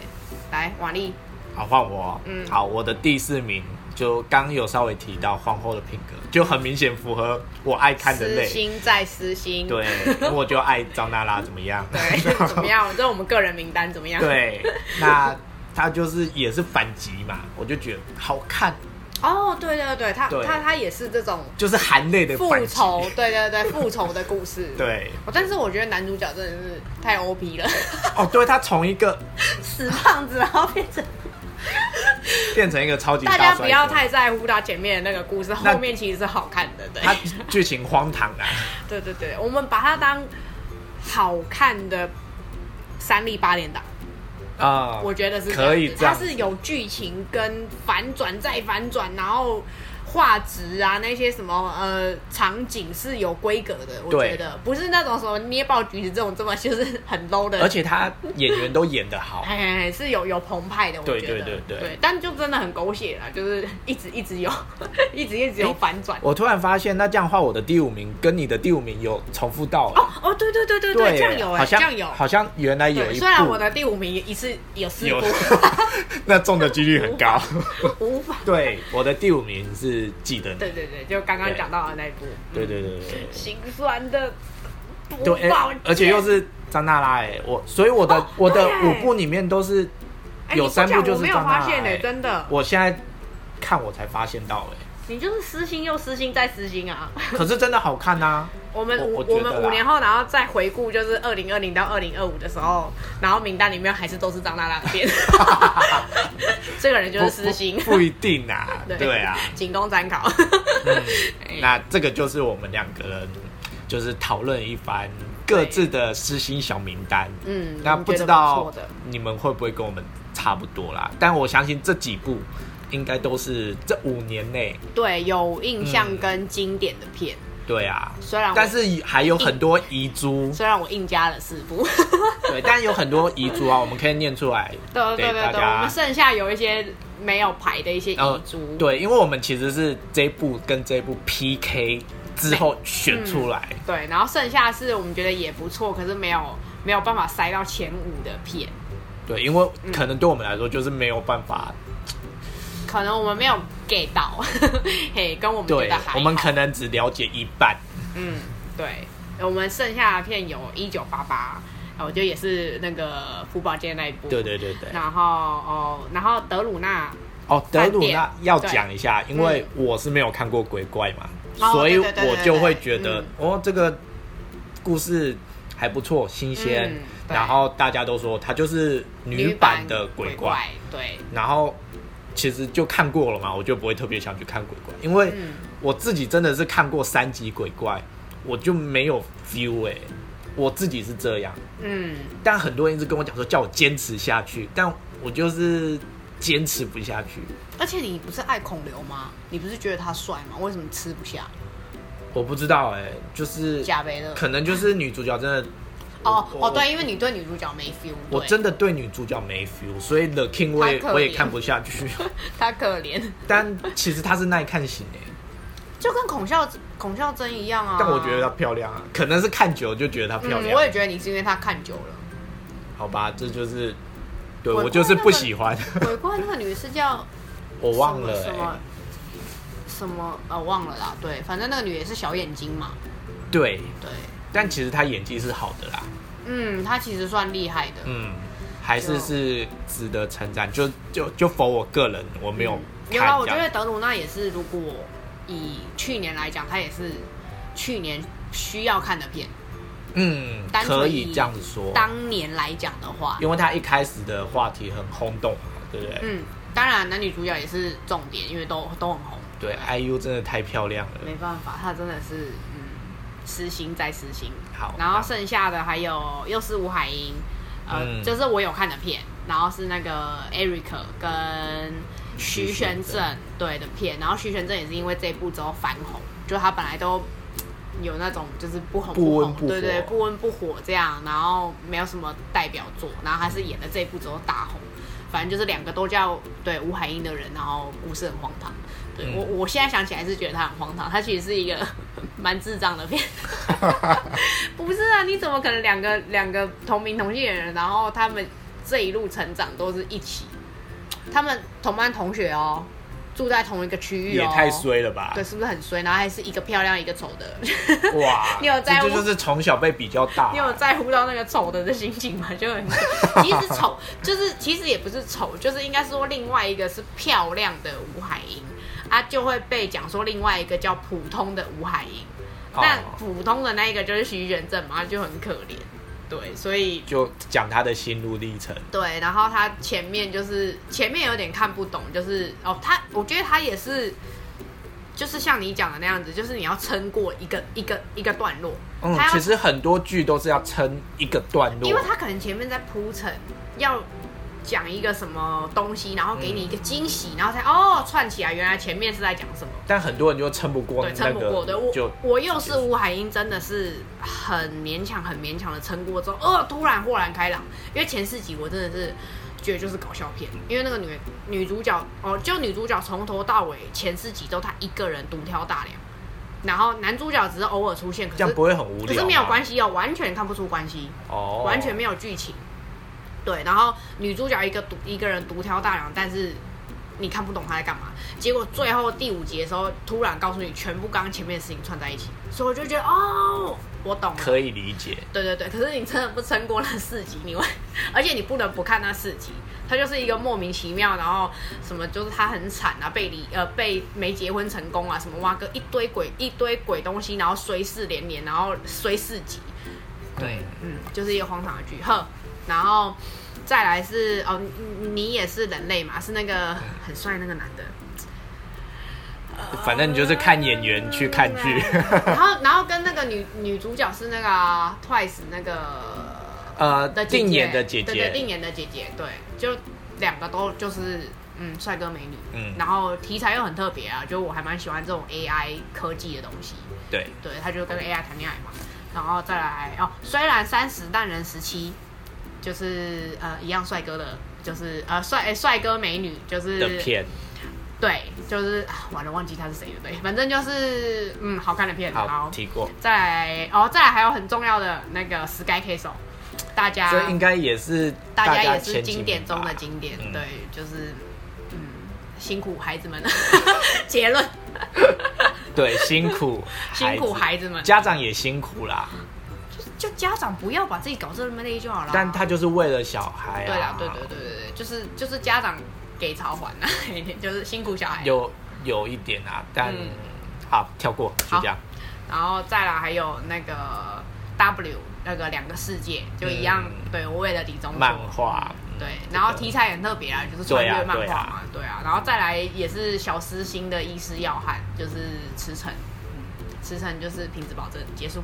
Speaker 2: 来瓦力，
Speaker 1: 好，换我。
Speaker 2: 嗯
Speaker 1: 好，我的第四名就刚有稍微提到皇后的品格，就很明显符合我爱看的
Speaker 2: 私
Speaker 1: 类。
Speaker 2: 心再私心， <laughs>
Speaker 1: 对，因为我就爱张娜拉，怎么样？
Speaker 2: 对，怎么样？这是我们个人名单怎么
Speaker 1: <laughs>
Speaker 2: 样？，
Speaker 1: 对，那他就是也是反击嘛，我就觉得好看，
Speaker 2: 哦，对对对，他
Speaker 1: 对
Speaker 2: 他他也是这种
Speaker 1: 就是含泪的
Speaker 2: 复
Speaker 1: 反击。
Speaker 2: 仇，对对对，复仇的故事，。
Speaker 1: <laughs>
Speaker 2: 哦
Speaker 1: 对，
Speaker 2: 但是我觉得男主角真的是太 O P 了， <laughs>
Speaker 1: 哦，对他从一个
Speaker 2: 死胖子，然后变成
Speaker 1: 变成一个超级
Speaker 2: 大
Speaker 1: 大
Speaker 2: 家
Speaker 1: 帅
Speaker 2: 不要
Speaker 1: 哥
Speaker 2: 太在乎他前面的那个故事，
Speaker 1: 那
Speaker 2: 后面其实是好看的，对。
Speaker 1: 他剧情荒唐啊。
Speaker 2: 对对对，我们把它当好看的三立八连档，
Speaker 1: 啊、
Speaker 2: <laughs> 我觉得是
Speaker 1: 可以
Speaker 2: 样子
Speaker 1: 这样
Speaker 2: 它是有剧情跟反转再反转，然后画质啊那些什么呃场景是有规格的，我
Speaker 1: 对
Speaker 2: 觉得不是那种什么捏爆橘子这种这么就是很 <laughs> low 的，
Speaker 1: 嗯而且他演员都演得好，
Speaker 2: 哎。哎哎是有有澎湃的，我觉
Speaker 1: 对
Speaker 2: 得
Speaker 1: 对对对
Speaker 2: 但就真的很狗血啦，就是一直一直有， <laughs> 一直一直有反转。
Speaker 1: 我突然发现，那这样的话，我的第五名跟你的第五名有重复到、
Speaker 2: 哦哦，对对对对对，这样有哎、
Speaker 1: 好
Speaker 2: 这
Speaker 1: 像
Speaker 2: 样有，
Speaker 1: 好像原来有
Speaker 2: 对，
Speaker 1: 一部，
Speaker 2: 虽然我的第五名一次有四
Speaker 1: 有
Speaker 2: 部，
Speaker 1: <laughs> 那中的几率很高。
Speaker 2: <laughs> 无法。
Speaker 1: 对，我的第五名是记得你。
Speaker 2: 对对对，就刚刚讲到的那一部，嗯
Speaker 1: 对对对对
Speaker 2: 心酸的不
Speaker 1: 对，对
Speaker 2: 抱
Speaker 1: 哎
Speaker 2: 歉，
Speaker 1: 而且又是张娜拉哎、我所以我的、
Speaker 2: 哦
Speaker 1: 我的
Speaker 2: 对
Speaker 1: 五部里面都是
Speaker 2: 哎
Speaker 1: 有
Speaker 2: 你不
Speaker 1: 三部
Speaker 2: 讲
Speaker 1: 就
Speaker 2: 我
Speaker 1: 是
Speaker 2: 没有
Speaker 1: 张娜
Speaker 2: 发
Speaker 1: 拉、
Speaker 2: 现哎，
Speaker 1: 哎
Speaker 2: 真的，
Speaker 1: 我现在看我才发现到哎、
Speaker 2: 你就是私心又私心再私心啊。 <laughs>
Speaker 1: 可是真的好看呐、啊
Speaker 2: 我们五
Speaker 1: 我
Speaker 2: 我
Speaker 1: 觉得
Speaker 2: 们
Speaker 1: 啦
Speaker 2: 五年后，然后再回顾，就是二零二零到二零二五的时候，然后名单里面还是都是张娜拉
Speaker 1: <laughs>
Speaker 2: 的片，这个人就是私心，
Speaker 1: 不，不不一定啊
Speaker 2: <laughs>
Speaker 1: 对啊。
Speaker 2: 仅供参
Speaker 1: <laughs>
Speaker 2: 考。 <laughs>
Speaker 1: 那这个就是我们两个人就是讨论一番各自的私心小名单。
Speaker 2: 嗯
Speaker 1: 那
Speaker 2: 我觉得
Speaker 1: 不知
Speaker 2: 不错
Speaker 1: 道
Speaker 2: 的
Speaker 1: 你们会不会跟我们差不多啦？但我相信这几部应该都是这五年内
Speaker 2: 对，有印象
Speaker 1: 嗯
Speaker 2: 跟经典的片，
Speaker 1: 对啊，
Speaker 2: 虽然我
Speaker 1: 但是还有很多遗
Speaker 2: <laughs>
Speaker 1: 珠，
Speaker 2: 虽然我硬加了四部，
Speaker 1: 对，但有很多遗珠啊，我们可以念出来
Speaker 2: 对对
Speaker 1: 给
Speaker 2: 对
Speaker 1: 大
Speaker 2: 对对，我
Speaker 1: 家
Speaker 2: 们。剩下有一些没有排的一些遗
Speaker 1: 呃
Speaker 2: 珠、，
Speaker 1: 对，因为我们其实是这一部跟这一部 PK 之后选出来，
Speaker 2: 对，然后剩下是我们觉得也不错，可是没有没有办法塞到前五的片，
Speaker 1: 对，因为可能对我们来说就是没有办法，
Speaker 2: 可能我们没有 get 到， <laughs> 嘿，跟我们觉
Speaker 1: 对
Speaker 2: 得还好，
Speaker 1: 我们可能只了解一半，
Speaker 2: 嗯，对，我们剩下的片有一九八八，我觉得也是那个福宝街那一部，
Speaker 1: 对对对对。
Speaker 2: 然后哦，然后德鲁纳，
Speaker 1: 哦，德
Speaker 2: 饭
Speaker 1: 鲁
Speaker 2: 店
Speaker 1: 纳要
Speaker 2: 对
Speaker 1: 讲一下，因为我是没有看过鬼怪嘛，
Speaker 2: 哦
Speaker 1: 所以
Speaker 2: 对对对对嗯
Speaker 1: 我就会
Speaker 2: 对
Speaker 1: 觉
Speaker 2: 对
Speaker 1: 得哦，这个故事还不错，新鲜
Speaker 2: 嗯。对
Speaker 1: 然后大家都说它就是女版的鬼怪，，
Speaker 2: 对，
Speaker 1: 然后其实就看过了嘛，我就不会特别想去看鬼怪，因为
Speaker 2: 嗯
Speaker 1: 我自己真的是看过三集鬼怪，我就没有 feel 哎、我自己是这样。
Speaker 2: 嗯，
Speaker 1: 但很多人一直跟我讲说叫我坚持下去，但我就是坚持不下去。
Speaker 2: 而且你不是爱孔刘吗？你不是觉得他帅吗？为什么吃不下
Speaker 1: 我不知道哎、就是
Speaker 2: 贾维勒？
Speaker 1: 可能就是女主角真的，
Speaker 2: 哦
Speaker 1: 我
Speaker 2: 哦，对，因为你对女主角没 feel，
Speaker 1: 我
Speaker 2: 对
Speaker 1: 真的对女主角没 feel，所以 The King 我也
Speaker 2: 她可怜
Speaker 1: 我也看不下
Speaker 2: <laughs>
Speaker 1: 去。
Speaker 2: 他可怜，
Speaker 1: 但其实她是耐看型哎、
Speaker 2: 就跟孔孝孔孝真一样啊。
Speaker 1: 但我觉得她漂亮啊，可能是看久了就觉得她漂
Speaker 2: 嗯，
Speaker 1: 亮。
Speaker 2: 我也觉得你是因为他看久了。
Speaker 1: 好吧，这就是对
Speaker 2: 我
Speaker 1: 我就是不喜欢，
Speaker 2: 鬼怪那个女的是叫
Speaker 1: 我忘了
Speaker 2: 什
Speaker 1: 哎、
Speaker 2: 么什么什么呃忘了啦，对，反正那个女的也是小眼睛嘛，
Speaker 1: 对，
Speaker 2: 对，
Speaker 1: 但其实她演技是好的啦，
Speaker 2: 嗯，她其实算厉害的，
Speaker 1: 嗯，还是
Speaker 2: 就是
Speaker 1: 值得称赞。就就就否我个人，我没有看
Speaker 2: 嗯有啦，我
Speaker 1: 这
Speaker 2: 觉
Speaker 1: 样
Speaker 2: 得德鲁纳也是，如果以去年来讲，她也是去年需要看的片，
Speaker 1: 嗯，
Speaker 2: 单纯
Speaker 1: 可
Speaker 2: 以
Speaker 1: 以这样子说，
Speaker 2: 当年来讲的话，
Speaker 1: 因为他一开始的话题很轰动嘛，对不对？
Speaker 2: 嗯，当然男女主角也是重点，因为都都很红，
Speaker 1: 对，IU 真的太漂亮了。
Speaker 2: 没办法，她真的是嗯，私心再私心，
Speaker 1: 好，
Speaker 2: 然后剩下的还有又是吴海英，呃，
Speaker 1: 嗯
Speaker 2: 就是我有看的片，然后是那个 Eric 跟徐玄
Speaker 1: 徐
Speaker 2: 正对的片，然后徐玄正也是因为这一部之后翻红，就他本来都有那种就是不红
Speaker 1: 不温
Speaker 2: 红，
Speaker 1: 不火
Speaker 2: 对对，不温不火这样，然后没有什么代表作，然后他是演了这一部之后大红，反正就是两个都叫对吴海英的人，然后故事很荒唐。对
Speaker 1: 嗯
Speaker 2: 我，我现在想起来是觉得他很荒唐，他其实是一个 <laughs> 蛮智障的片。
Speaker 1: <laughs>
Speaker 2: 不是啊，你怎么可能两个两个同名同姓的人，然后他们这一路成长都是一起，他们同班同学哦，住在同一个区域哦，
Speaker 1: 也太衰了吧
Speaker 2: 对，！是不是很衰？然后还是一个漂亮一个丑的， <laughs>
Speaker 1: 哇，
Speaker 2: 你有在
Speaker 1: 这
Speaker 2: 乎
Speaker 1: 这就是从小被比较大。
Speaker 2: 你有在乎到那个丑的的心情吗？
Speaker 1: <laughs>
Speaker 2: 就很，其实丑就是其实也不是丑，就是应该说另外一个是漂亮的吴海英，啊就会被讲说另外一个叫普通的吴海英，
Speaker 1: 哦
Speaker 2: 那普通的那一个就是徐玄正嘛，就很可怜，对，所以
Speaker 1: 就讲他的心路历程。
Speaker 2: 对，然后他前面就是前面有点看不懂，就是哦，他我觉得他也是，就是像你讲的那样子，就是你要撑过一个一个一个段落，
Speaker 1: 嗯
Speaker 2: 他，要
Speaker 1: 其实很多剧都是要撑一个段落，
Speaker 2: 因为他可能前面在铺陈，要讲一个什么东西，然后给你一个惊喜，然后才哦串起来，原来前面是在讲什么。
Speaker 1: 但很多人就撑不过
Speaker 2: 对，
Speaker 1: 那
Speaker 2: 撑不过。
Speaker 1: 个，
Speaker 2: 对我
Speaker 1: 就，
Speaker 2: 我又是吴海英，真的是很勉强、很勉强的撑过之后，哦，突然豁然开朗。因为前四集我真的是觉得就是搞笑片，因为那个女女主角哦，就女主角从头到尾前四集都她一个人独挑大梁，然后男主角只是偶尔出现，可
Speaker 1: 这样
Speaker 2: 是
Speaker 1: 不会很无聊。
Speaker 2: 可是没有关，系哦，完全看不出关系。
Speaker 1: 哦，
Speaker 2: 完全没有剧情。对，然后女主角一个独一个人独挑大梁，但是你看不懂她在干嘛。结果最后第五集的时候，突然告诉你全部刚刚前面的事情串在一起，所以我就觉得哦，我懂了。
Speaker 1: 可以理解。
Speaker 2: 对对对，可是你真的不撑过那四集，你会， <laughs> 而且你不能不看那四集，它就是一个莫名其妙，然后什么就是他很惨啊，被离呃被没结婚成功啊，什么哇哥一堆鬼一堆鬼东西，然后衰事连连，然后衰四集，
Speaker 1: 对，
Speaker 2: 嗯，就是一个荒唐的剧。呵，然后再来是哦，你你也是人类嘛？是那个很帅那个男的。
Speaker 1: 反正你就是看演员去看剧。
Speaker 2: 然后，然后跟那个女女主角是那个啊、Twice 那个
Speaker 1: <laughs> 呃，
Speaker 2: 的姐姐
Speaker 1: 定演的姐
Speaker 2: 对对，定
Speaker 1: 姐，
Speaker 2: 演的姐姐，对，就两个都就是嗯嗯帅哥美女，
Speaker 1: 嗯
Speaker 2: 然后题材又很特别啊，就我还蛮喜欢这种 AI 科技的东西。
Speaker 1: 对，
Speaker 2: 对，他就跟 AI 谈恋爱嘛，然后再来哦，虽然三十但人十七，就是呃一样帅哥的，就是呃帅诶帅哥美女，就是
Speaker 1: 的片
Speaker 2: 对，就是啊完了忘记他是谁了，对，反正就是嗯好看的片，
Speaker 1: 好
Speaker 2: 好，
Speaker 1: 提过，
Speaker 2: 再来哦再来还有很重要的那个 Sky Case，哦大家
Speaker 1: 这应该也是
Speaker 2: 大
Speaker 1: 家
Speaker 2: 也是
Speaker 1: 前几
Speaker 2: 经典
Speaker 1: 名
Speaker 2: 中的
Speaker 1: 吧
Speaker 2: 经典，
Speaker 1: 嗯
Speaker 2: 对，就是嗯辛苦孩子
Speaker 1: <laughs>
Speaker 2: 们，结论 <laughs>
Speaker 1: 对，辛苦
Speaker 2: 辛苦孩子们。嗯
Speaker 1: 家长也辛苦啦，
Speaker 2: 就家长不要把自己搞这么累就好了。
Speaker 1: 但他就是为了小孩啊。
Speaker 2: 对啦，对对对对对，就是就是家长给超还啊， <laughs> 有点就是辛苦小孩。
Speaker 1: 有有一点啊，但、
Speaker 2: 嗯
Speaker 1: 好跳过就这样。
Speaker 2: 然后再来还有那个 W 那个两个世界，就一样，
Speaker 1: 嗯
Speaker 2: 对我为了李宗硕
Speaker 1: 漫画，
Speaker 2: 对，
Speaker 1: 嗯
Speaker 2: 然后题材也很特别啊，就是穿越漫
Speaker 1: 对啊对
Speaker 2: 画嘛
Speaker 1: 啊，
Speaker 2: 对啊，然后再来也是小私心的医师要汉，就是驰骋，嗯驰骋就是品质保证结束，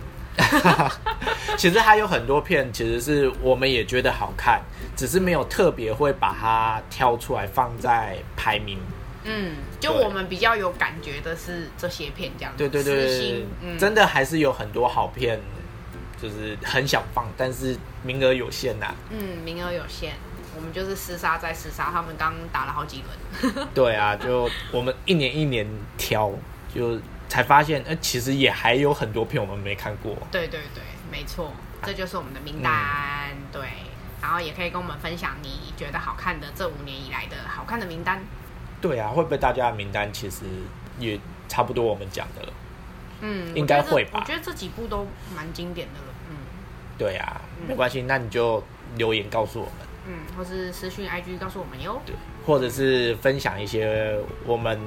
Speaker 1: 其实还有很多片，其实是我们也觉得好看，只是没有特别会把它挑出来放在排名。
Speaker 2: 嗯，就
Speaker 1: 对
Speaker 2: 我们比较有感觉的是这些片这样子，
Speaker 1: 对对对
Speaker 2: 私
Speaker 1: 对
Speaker 2: 心，嗯，
Speaker 1: 真的还是有很多好片，就是很想放，但是名额有限啊呐、
Speaker 2: 嗯，名额有限，我们就是厮杀再厮杀，他们刚打了好几轮。
Speaker 1: 对啊，就我们一年一年挑，就才发现，呃，其实也还有很多片我们没看过。
Speaker 2: 对对对，没错，这就是我们的名单。对，然后也可以跟我们分享你觉得好看的这五年以来的好看的名单。
Speaker 1: 对啊，会不会大家的名单其实也差不多我们讲的了？
Speaker 2: 嗯，
Speaker 1: 应该
Speaker 2: 我觉得
Speaker 1: 会吧
Speaker 2: 我觉得这几部都蛮经典的了。嗯
Speaker 1: 对啊，没关系，那你就留言告诉我们，
Speaker 2: 嗯，或是私讯 IG 告诉我们哟。
Speaker 1: 对，或者是分享一些我们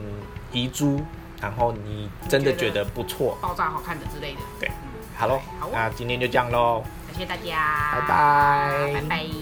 Speaker 1: 遗珠，然后你真的觉得不错，
Speaker 2: 爆炸好看的之类的。
Speaker 1: 对，好喽
Speaker 2: 好，啊哦
Speaker 1: 那今天就这样喽，
Speaker 2: 感谢大家，
Speaker 1: 拜拜
Speaker 2: 拜拜